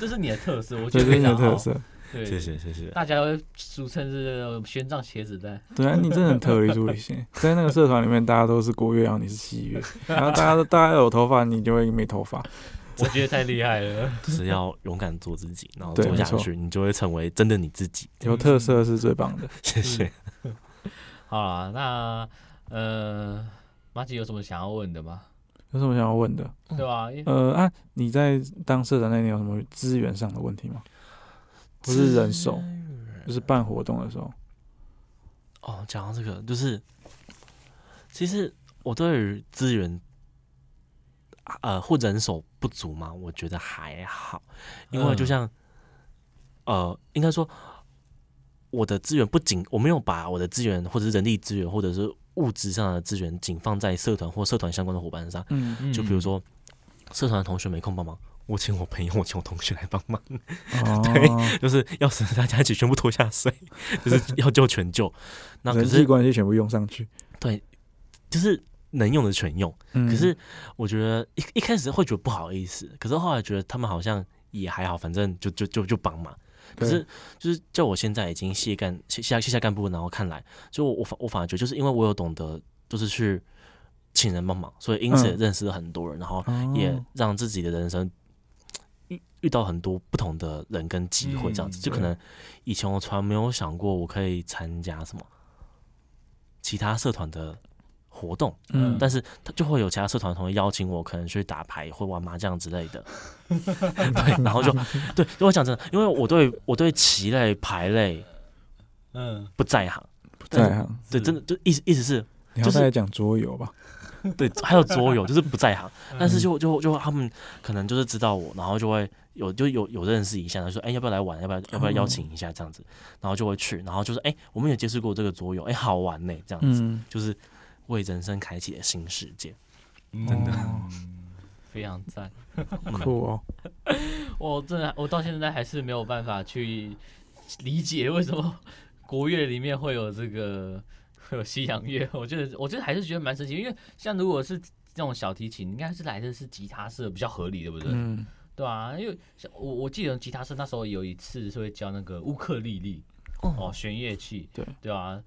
S1: 这是你的特色，我觉得
S4: 对，这是
S1: 非
S4: 你的
S1: 常
S4: 特
S1: 好。
S4: 色。
S1: 对，
S5: 谢谢谢谢。
S1: 大家都俗称是玄奘茄子蛋，
S4: 对啊，你真的很特立独 行。在那个社团里面，大家都是国乐，然后你是西乐，然后大家都大家有头发，你就会没头发。
S1: 我觉得太厉害了。
S5: 就是要勇敢做自己，然后
S4: 对
S5: 做
S4: 没
S5: 下
S4: 错
S5: 去，你就会成为真的你自己。
S4: 有特色是最棒的。
S5: 谢谢。
S1: 嗯好啦，那呃，马吉有什么想要问的吗？
S4: 有什么想要问的？
S1: 对吧、因为
S4: 呃，啊，你在当社长那年有什么资源上的问题吗？不是人手，就是办活动的时候。
S5: 哦，讲到这个，就是其实我对于资源，呃，或人手不足嘛，我觉得还好，因为就
S1: 嗯
S5: 像，呃，应该说我的资源不仅我没有把我的资源或者是人力资源或者是物质上的资源仅放在社团或社团相关的伙伴上，
S4: 嗯，
S1: 嗯
S5: 呃就比如说社团的同学没空帮忙，我请我朋友，我请我同学来帮忙。
S4: 哦，
S5: 就是要死大家一起全部拖下水， 就是要救全救。那可
S4: 人际
S5: 是
S4: 关系全部用上去。
S5: 就是能用的全用。
S4: 嗯，
S5: 可是我觉得一一开始会觉得不好意思，可是后来觉得他们好像也还好，反正就就就就帮忙。可
S4: 对
S5: 是就是叫我现在已经卸干卸下卸下干部，然后看来，就我我反我反而觉得，就是因为我有懂得就是去请人帮忙，所以因此也
S4: 嗯
S5: 认识了很多人，然后
S4: 哦
S5: 也让自己的人生遇遇到很多不同的人跟机会，这样子、
S1: 嗯
S5: 就可能以前我从来没有想过我可以参加什么其他社团的活动，
S4: 嗯，
S5: 但是他就会有其他社团的同学邀请我，可能去打牌或玩麻将之类的。对，然后就对，因为我讲真的，因为我对我对棋类、牌类
S1: 嗯，
S5: 不在行，
S4: 不在行。
S5: 对，
S1: 是
S5: 真的就意思意思是
S4: 你要
S5: 就是
S4: 再来讲桌游吧？
S5: 对，还有桌游就是不在行，但是就就就他们可能就是知道我，然后就会有就有有认识一下，然后说哎、要不要来玩，要不要要不要邀请一下这样子，然后就会去，然后就是哎、我们有接触过这个桌游，哎、好玩呢、这样子，
S4: 嗯，
S5: 就是为人生开启了新世界。
S4: 真的
S1: 嗯非常赞。
S4: 酷哦。
S1: 我真的，我到现在还是没有办法去理解为什么国乐里面会有这个 会有西洋乐。我觉得，我觉得还是觉得蛮神奇，因为像如果是那种小提琴，应该是来的是吉他社比较合理，对不对？
S4: 嗯，
S1: 对啊，因为像我我记得吉他社那时候有一次是会教那个乌克丽丽哦，弦乐器，
S4: 对
S1: 对啊。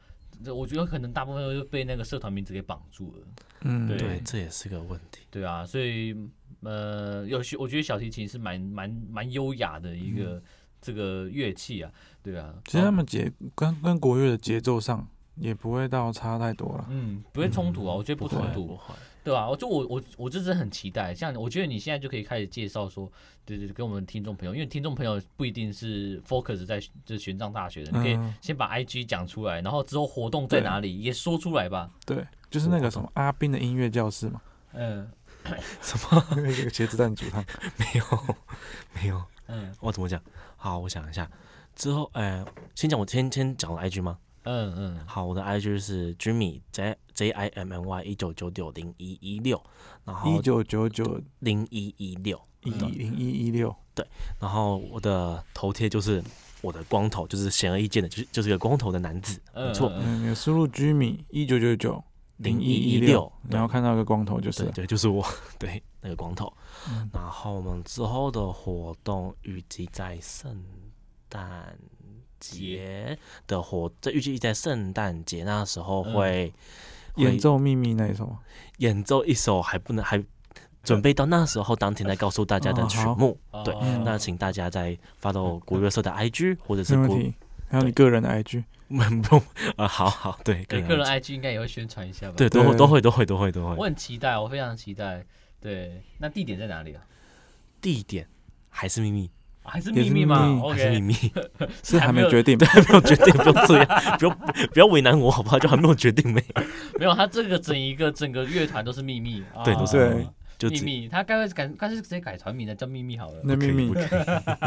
S1: 这我觉得可能大部分都被那个社团名字给绑住了，
S4: 嗯，
S1: 对
S5: 对，这也是个问题。
S1: 对啊，所以呃，有些我觉得小提琴是蛮蛮蛮优雅的一个、这个乐器啊，对啊，
S4: 其实他
S1: 哦
S4: 们节跟跟国乐的节奏上也不会到差太多了。
S1: 嗯不会冲突啊，我觉得不
S4: 不
S1: 冲
S4: 会
S1: 突，对啊，我就我我我就是很期待，像我觉得你现在就可以开始介绍说，对对，对跟我们听众朋友，因为听众朋友不一定是 focus 在就是玄奘大学的，你可以
S4: 嗯
S1: 先把 IG 讲出来，然后之后活动在
S4: 对
S1: 哪里也说出来吧。
S4: 对，就是那个什么阿斌的音乐教室嘛，
S1: 嗯
S4: 那个茄子蛋煮汤。
S5: 没有，没有，
S1: 嗯
S5: 我怎么讲？好，我想一下。之后，哎、先讲我先先讲我的 IG 吗？
S1: 嗯嗯，
S5: 好，我的 IG 是 Jimmy J J I M M Y 一九九九零一一六，然
S4: 一
S5: 后
S4: 九九九
S5: 零一一六，
S4: 一零一一六，
S5: 然后我的头贴就是我的光头，就是显而易见的，就是就是个光头的男子，
S1: 嗯
S5: 没错，
S1: 嗯
S4: 嗯，你输入 Jimmy 一九九九零一一
S5: 0116
S4: 六，然后看到一个光头就是啊
S5: 对
S4: 了，
S5: 对，就是我， 对那个光头。
S4: 嗯
S5: 然后我们之后的活动预计在圣诞节的活，这预计在圣诞节那时候会、会
S4: 嗯演奏秘密那一首吗，
S5: 演奏一首，还不能还准备到那时候当天来告诉大家的
S4: 哦
S5: 曲
S4: 好嗯
S5: 目。对
S1: 哦，
S5: 那请大家再发到国乐社的 IG 或者是
S4: 没问
S5: 国
S4: 题。还有你个人的 IG，
S5: 们不啊，好好对，
S1: 对
S5: 可
S1: 个
S5: 能
S1: 人 IG 应该也会宣传一下吧。
S5: 对都会
S4: 对
S5: 都会都会都会都
S1: 我
S5: 会。
S1: 很期待，我非常期待。对，那地点在哪里啊？
S5: 地点还是秘密，
S1: 还是
S4: 也
S1: 秘
S4: 是
S1: 密嘛
S4: 秘密
S5: 还
S1: ？OK，
S5: 是秘密？
S4: 是
S1: 还
S4: 还
S1: 没
S4: 没
S1: 有
S4: 决定，
S5: 没有决定，不用这样， 不要不要为难我，好不好？就还没有决定没，
S1: 没有，他这个整一个整个乐团都是秘密，啊
S5: 对，都是秘密
S4: 对
S5: 就
S1: 秘
S5: 只
S1: 密。他干脆改，干脆直接改团名了，叫秘密好了。
S4: 那
S5: 不可
S4: 秘密
S5: 以，不可 以，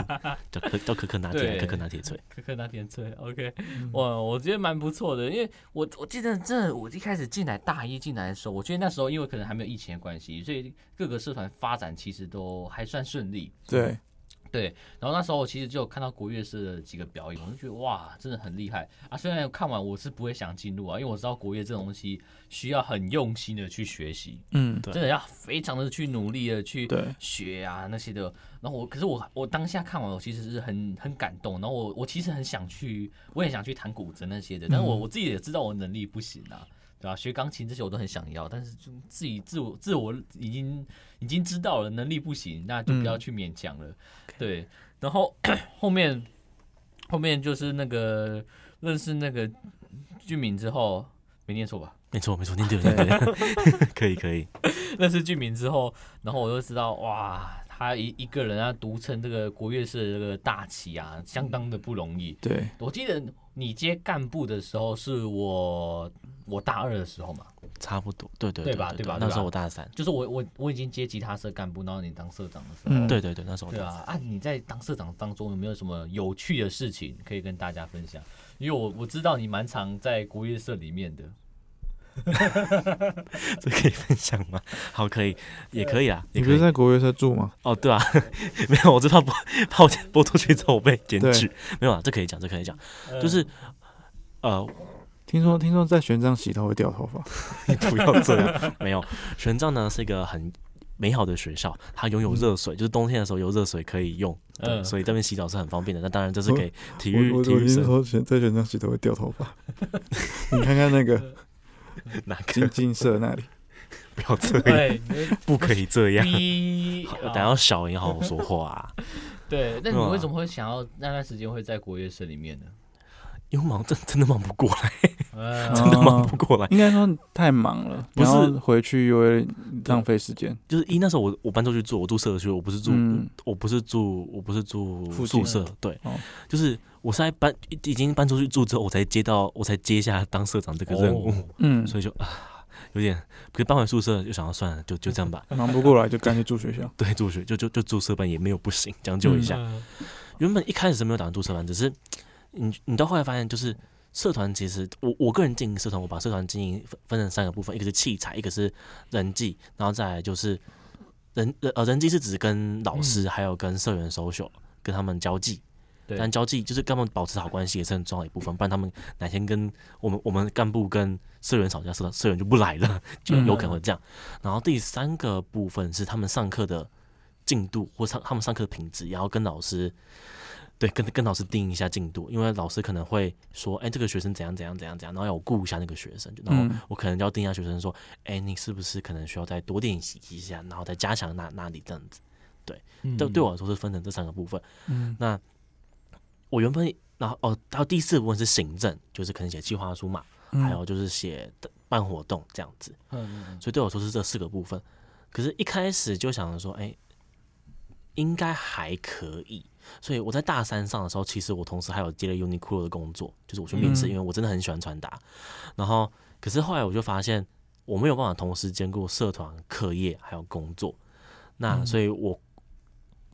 S5: 叫可叫可可拿铁，
S1: 对
S5: 可可拿铁锤。
S1: 可可拿点 吹，OK，哇，
S5: 嗯
S1: 我觉得蛮不错的，因为我我记得真的，我一开始进来大一进来的时候，我觉得那时候因为可能还没有疫情的关系，所以各个社团发展其实都还算顺利。
S4: 对，
S1: 对，然后那时候我其实就有看到国乐社的几个表演，我就觉得哇，真的很厉害啊！虽然看完我是不会想进入啊，因为我知道国乐这种东西需要很用心的去学习，
S4: 嗯，
S5: 对
S1: 真的要非常的去努力的去
S4: 对，
S1: 学啊那些的。然后我，可是我我当下看完，我其实是很很感动。然后我我其实很想去，我也想去弹古筝那些的，但是我我自己也知道我能力不行啊，对吧、学钢琴这些我都很想要，但是就自己自我自我已经已经知道了能力不行，那就不要去勉强了。对，然后 后面后面就是那个认识那个俊敏之后，没念错吧？
S5: 没错，没错，念对了，念对了， 可以，可以，
S1: 认识俊明之后，然后我就知道哇，他一一个人啊独撑这个国乐社的这个大旗啊，相当的不容易。
S4: 对，
S1: 我记得你接干部的时候是我我大二的时候嘛，
S5: 差不多，对对
S1: 对吧
S5: 对
S1: 对吧
S5: 那时
S1: 对吧
S5: 候我大三，
S1: 就是我我我已经接吉他社干部，然后你当社长的时候。
S4: 嗯，
S5: 对对对，那时候我
S1: 对
S5: 大
S1: 啊，啊，你在当社长当中有没有什么有趣的事情可以跟大家分享？因为我我知道你蛮常在国乐社里面的，
S5: 三， 这可以分享吗？好，可以，也可以啊，也
S4: 你不
S5: 可
S4: 是
S5: 以。
S4: 在国乐社住吗？
S5: 哦，对啊， 没有，我知 道播怕我播出去之后被检举
S4: 对，
S5: 没有啊，这可以讲，这可以讲，
S1: 嗯
S5: 就是呃，
S4: 听说听说在玄奘洗头会掉头发，
S5: 你不要这样， 没有，玄奘呢是一个很。美好的学校，它拥有热
S4: 嗯
S5: 水，就是冬天的时候有热水可以用，对，
S1: 嗯
S5: 所以这边洗澡是很方便的。那当然这是给体育
S4: 我我
S5: 体
S4: 我
S5: 育
S4: 听
S5: 生
S4: 说玄在玄奘洗头会掉头 发，你看看那个
S5: 哪个
S4: 金金色那里，
S5: 不要这样，
S1: 对，你就
S5: 不可以这 样。
S1: 逼
S5: 啊好
S1: 啊
S5: 等下小人好好说话啊，
S1: 对，那
S5: 对
S1: 你
S5: 啊
S1: 为什么会想要那段时间会在国乐社里 面呢？
S5: 因为忙真真的忙不过来，
S1: 呃
S5: 真的忙
S4: 哦
S5: 不过 来。
S4: 应该说太忙了，
S5: 不是
S4: 然后回去又会浪费时间。
S5: 就是一那时候我我搬出去住，我住社区，我不是住、
S4: 嗯
S5: 我不是住我不是住
S4: 附
S5: 宿
S4: 近
S5: 舍，对，
S4: 哦
S5: 就是我是在搬已已经搬出去住之后，我才接到我才接下当社长这个
S1: 哦
S5: 任务，
S4: 嗯，。
S5: 所以就啊有点，可是搬回宿舍就想要算了，就就这样吧
S4: 忙不过来就干脆住学校。
S5: 对，住学就就就住社办也没有不行，将就一下。
S1: 嗯
S5: 原本一开始是没有打算住社团，只是你你到后来发现，就是社团其实我我个人经营社团，我把社团经营分分成三个部分，一个是器材，一个是人际，然后再来就是人呃人际是指跟老师、还有跟社员 social 跟他们交际。
S1: 嗯对
S5: 但交际就是跟他们保持好关系也是很重要的一部分，不然他们哪天跟我们我们干部跟社员吵架，社社员就不来了，就
S1: 嗯
S5: 有可能会这样。然后第三个部分是他们上课的进度或上他们上课的品质，也要跟老师对，跟跟老师定一下进度，因为老师可能会说，哎、这个学生怎样怎样怎样怎样，然后要我顾一下那个学生，然后
S4: 嗯
S5: 我可能就要定一下学生说，哎、你是不是可能需要再多练习一下，然后再加强哪哪里这样子。
S1: 嗯
S5: 对，对我来说是分成这三个部分。
S4: 嗯，
S5: 我原本，然后哦，还有第四部分是行政，就是可能写计划书嘛，
S4: 嗯
S5: 还有就是写办活动这样子。
S1: 嗯嗯
S5: 所以对我说是这四个部分。可是，一开始就想着说，哎、应该还可以。所以我在大三上的时候，其实我同时还有接了 Uniqlo 的工作，就是我去面试，
S4: 嗯
S5: 因为我真的很喜欢穿搭。然后，可是后来我就发现，我没有办法同时兼顾社团、课业还有工作。那所以，我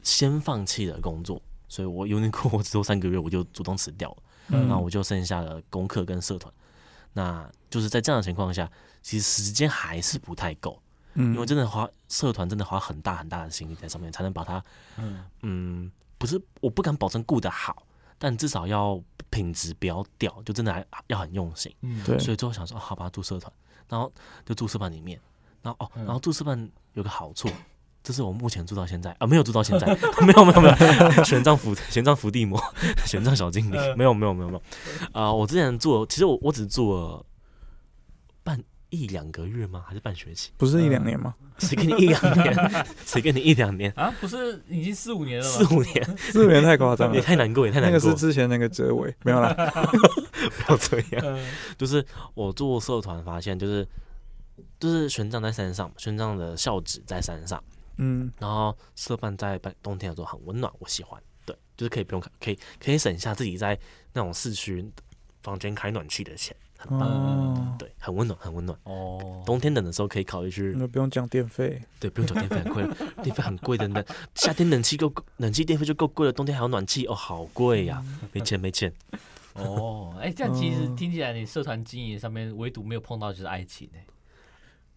S5: 先放弃了工作，所以我 Uniqlo 我只做三个月，我就主动辞掉了。
S4: 嗯
S5: 那我就剩下了功课跟社团。那就是在这样的情况下，其实时间还是不太够，
S4: 嗯
S5: 因为真的花社团真的花很大很大的心力在上面，才能把它，
S1: 嗯
S5: 嗯，不是我不敢保证顾得好，但至少要品质不要掉，就真的还要很用心。
S1: 嗯，
S4: 对，
S5: 所以最后想说，哦好吧，住社团，然后就住社办里面，然后哦，
S1: 嗯
S5: 然后住社办有个好处，这是我目前住到现在啊，没有住到现在， 没有没有没有， 玄奘伏玄奘伏地魔， 玄奘小精灵，
S4: 嗯
S5: 没有没有没有没有，啊、我之前住了，其实我我只住了半一两个月吗？还是半学期？
S4: 不是一两年吗？
S5: 谁给你一两 年？谁给你一两年？
S1: 啊，不是已经四五年了
S5: 四
S1: 吗？
S5: 五年
S4: 四年太夸张
S5: 也
S4: 了，
S5: 太难过，也太
S4: 嗯那
S5: 难
S4: 个
S5: 过。
S4: 是之前那个哲伟，没有 啦。
S5: 不要这样。
S1: 嗯
S5: 就是我做社团发现，就是就是玄奘在山上，玄奘的校址在山上，
S4: 嗯
S5: 然后社办在冬天的时候很温暖，我喜欢。对，就是可以不用开，可以可以省下自己在那种市区房间开暖气的钱，很棒，
S4: 哦，
S5: 对，很温暖，很温暖。
S1: 哦，
S5: 冬天冷的时候可以考虑去，
S4: 那不用讲电费，
S5: 对，不用缴电费，很贵，电费很贵的。冷夏天冷气够，冷气电费就够贵了，冬天还有暖气，哦，好贵呀、没钱没钱。
S1: 哦，哎、这样其实
S4: 嗯
S1: 听起来你社团经营上面唯独没有碰到就是爱情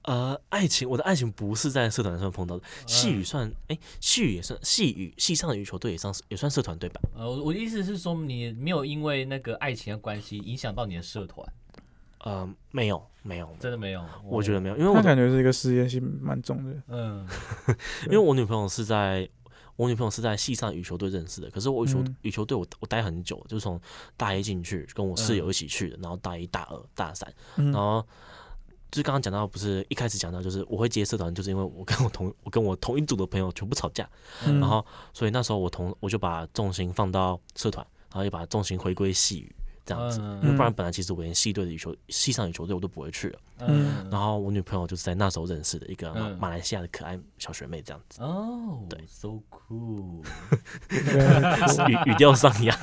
S1: 哎、
S5: 呃，爱情，我的爱情不是在社团上碰
S4: 嗯
S5: 到的，细雨算，哎、细雨也算，细雨系上的羽球队也算也算社团对吧？
S1: 呃，我我的意思是说，你没有因为那个爱情的关系影响到你的社团，
S5: 呃，没有没有，
S1: 真的没有。
S5: 我觉
S1: 得，
S5: 得没有，因为我
S4: 那
S5: 的
S4: 感觉是一个实验性蛮重的。
S1: 嗯，
S5: 因为我女朋友是在我女朋友是在系上羽球队认识的，可是我羽球
S4: 嗯
S5: 羽球队我我待很久，就是从大一进去，跟我室友一起去的，然后大一、大二、大三，
S4: 嗯
S5: 然后就是刚刚讲到，不是一开始讲到，就是我会接社团，就是因为我跟我同我跟我同一组的朋友全部吵架，
S4: 嗯
S5: 然后所以那时候我同我就把重心放到社团，然后也把重心回归系羽这样子，
S1: 嗯
S5: 因为不然本来其实我连系队的羽球系上羽球队我都不会去了。
S1: 嗯，
S5: 然后我女朋友就是在那时候认识的一个马
S1: 嗯
S5: 马来西亚的可爱小学妹这样子，
S1: 哦，
S5: 对
S1: ，so cool，
S4: 嗯
S5: 是语语调上扬，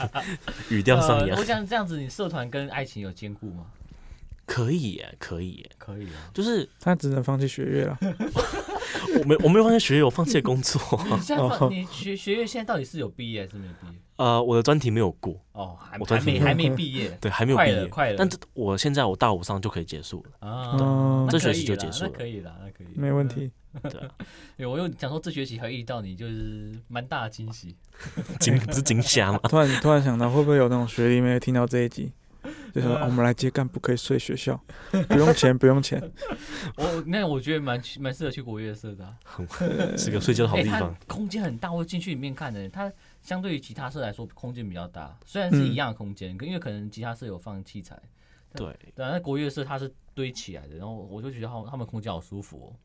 S5: 语调上啊
S1: 呃
S5: 扬
S1: 我，想这样子，你社团跟爱情有兼顾吗？
S5: 可以耶，可以耶，
S1: 可以
S4: 哦
S1: 啊，
S5: 就是
S4: 他只能放弃学 业了。
S5: 我没我没有放弃学业，我放弃了工作，
S1: 你现在放
S4: 哦
S1: 你学学院现在到底是有毕业还是没毕业？
S5: 呃，我的专题没有过，
S1: 哦，还
S5: 我
S1: 还
S5: 才
S1: 没
S5: 听
S1: 还没毕业
S5: 对，还没有
S1: 快
S5: 毕
S1: 了
S5: 业，
S1: 快了
S5: 但这我现在我大五上就可以结束了，
S1: 啊。
S4: 哦
S1: 那，
S5: 嗯这
S1: 可
S5: 学期
S1: 以
S5: 就
S1: 啦
S5: 结束
S1: 那
S5: 了
S1: 可以了，那可以，
S4: 没问。题。
S5: 对啊，
S1: 对，我又想说这学期还遇到你，就是蛮大的惊 喜。
S5: 惊不是惊吓吗？
S4: 突然突然想到，会不会有那种学弟妹听到这一集，就想说、
S1: 嗯
S4: 哦我们来接干，不可以睡学校，不 用钱，不用钱。
S1: 嗯我那我觉得蛮蛮适合去国乐社的啊、
S5: 是个睡觉的好
S1: 哎，
S5: 地
S1: 它
S5: 方，
S1: 空间很大，我进去里面看的，它相对于吉他社来说空间比较大，虽然是一样的空间，可因为可能吉他社有放器材，
S5: 对，
S1: 但啊那国乐社它是堆起来的，然后我就觉得他们他们空间好舒服、哦。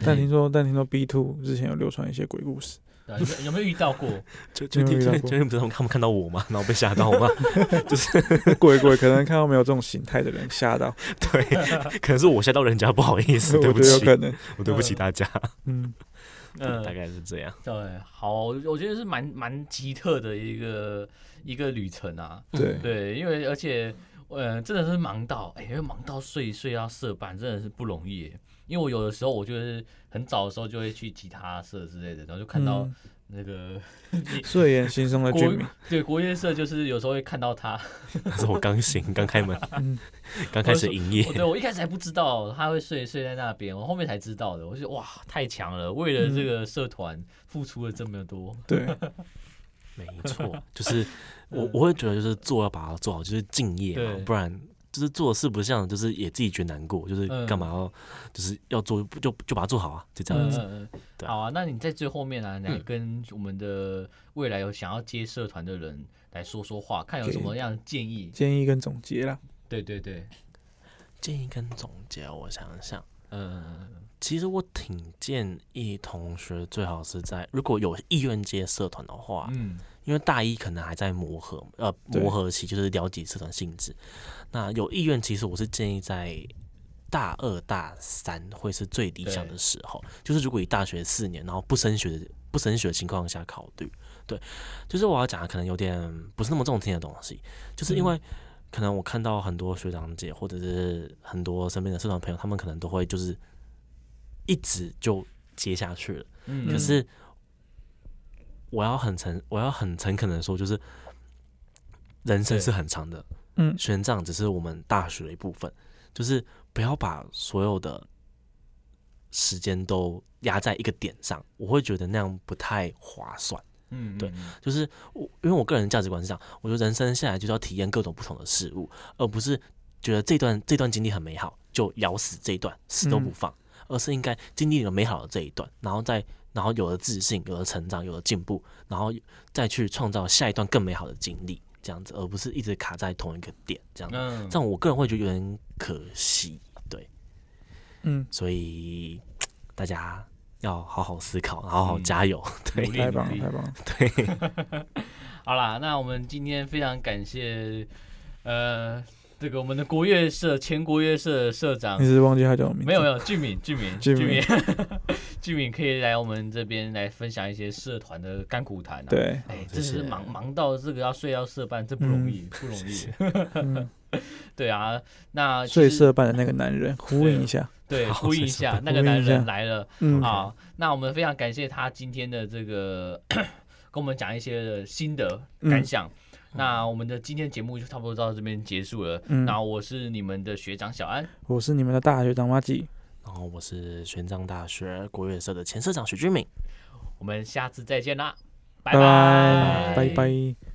S4: 但听说但听说 B two 之前有流传一些鬼故事，
S1: 对啊、有没有有没有遇到 过？
S5: 就就
S4: 没有
S5: 就
S4: 遇到
S5: 就
S4: 过
S5: 就不是他们他们看到我吗？然后被吓到吗？
S1: 嗯
S4: 鬼鬼可能看到没有这种形态的人 吓到，
S5: 对，可能是我吓到人家，不好意思，
S4: 我觉
S5: 对不
S4: 得有
S5: 起，
S4: 可能。
S5: 我对不起大家，
S4: 嗯，
S1: 嗯，
S5: 大概是这样。
S1: 对，好，哦我觉得是蛮蛮奇特的一个一个旅程啊。
S4: 嗯对，
S1: 对，因为而且，呃，真的是忙到，哎、忙到睡睡到社办，真的是不容易耶。因为我有的时候，我就是很早的时候就会去吉他社之类的，然后就看到
S4: 嗯
S1: 那个、
S4: 睡眼惺忪的
S1: 国
S4: 居 民，
S1: 对国乐社，就是有时候会看到 他。
S5: 那时候我刚醒，刚开门
S4: 嗯，
S5: 刚开始营业
S1: 我，对我一开始还不知道他会睡睡在那边，我后面才知道的。我就觉得哇，太强了，为了这个社团付出了这么多。
S4: 对，
S5: 没错，就是
S4: 嗯
S5: 我我会觉得就是做要把它做好，就是敬业嘛
S1: 对，
S5: 不然。就是做事不像，就是也自己觉得难过，就是
S1: 嗯
S5: 干嘛要，就是要做就就把它做好啊，就这样
S1: 嗯
S5: 子。
S1: 嗯嗯，
S5: 对
S1: 好啊，那你在最后面啊，来
S5: 嗯
S1: 跟我们的未来有想要接社团的人来说说话，看有什么样的建议。
S4: 建议跟总结啦，
S1: 对对对，
S5: 建议跟总结，我想想，
S1: 嗯嗯
S5: 其实我挺建议同学最好是在如果有意愿接社团的话，
S1: 嗯
S5: 因为大一可能还在磨合，呃，
S4: 对
S5: 磨合期就是了解社团性质。那有意愿，其实我是建议在大二、大三会是最理想的时候，就是如果以大学四年，然后不升学的不升学的情况下考虑，对，就是我要讲的可能有点不是那么中听的东西，就是因为可能我看到很多学长姐或者是很多身边的社团朋友，他们可能都会就是一直就接下去了。
S1: 嗯，
S5: 可是我要很诚，我要很诚恳的说，就是人生
S1: 对
S5: 是很长的，
S4: 嗯
S5: 玄奘只是我们大学的一部分，就是不要把所有的时间都压在一个点上，我会觉得那样不太划算。
S1: 嗯
S5: 对，就是我，因为我个人价值观是这样，我觉得人生下来就是要体验各种不同的事物，而不是觉得这段这段经历很美好就咬死这一段，死
S1: 嗯
S5: 都不放，而是应该经历了美好的这一段，然后再然后有了自信，有了成长，有了进步，然后再去创造下一段更美好的经历，这样子，而不是一直卡在同一个点这样子。
S1: 嗯
S5: 这样我个人会觉得有点可惜，对，
S4: 嗯，
S5: 所以大家要好好思考，好好
S1: 嗯
S5: 加油， 对
S1: 努力
S4: 太棒了，太棒了，
S5: 对。
S1: 好啦，那我们今天非常感谢，呃，这个我们的国乐社前国乐社的社长
S4: 你只是忘记他叫什么名字？
S1: 啊没有没有，俊敏，俊敏，
S4: 嗯俊
S1: 俊
S4: 敏
S1: 敏， 俊敏可以来我们这边来分享一些社团的甘苦谈啊。，
S4: 对，
S1: 哎，
S5: 谢
S1: 真是
S5: 谢
S1: 忙忙到这个要睡到社办，这不容易，不容易。
S4: 嗯，
S1: 对啊，那其
S4: 最
S1: 实
S4: 社办的那个男人，呼应一下，
S1: 对
S5: 好
S1: 呼应一
S5: 睡社
S1: 下，那
S4: 呼
S1: 个
S4: 应
S1: 男
S4: 一
S1: 人
S4: 下
S1: 来了
S4: 嗯，
S1: 啊。那我们非常感谢他今天的这个 跟我们讲一些心得
S4: 嗯
S1: 感想。那我们的今天节目就差不多到这边结束了。
S4: 嗯
S1: 那我是你们的学长小安，
S4: 我是你们的大学长马吉，
S5: 然后我是玄奘大学国乐社的前社长许俊敏。
S1: 我们下次再见啦，
S4: 拜拜
S1: 拜
S4: 拜。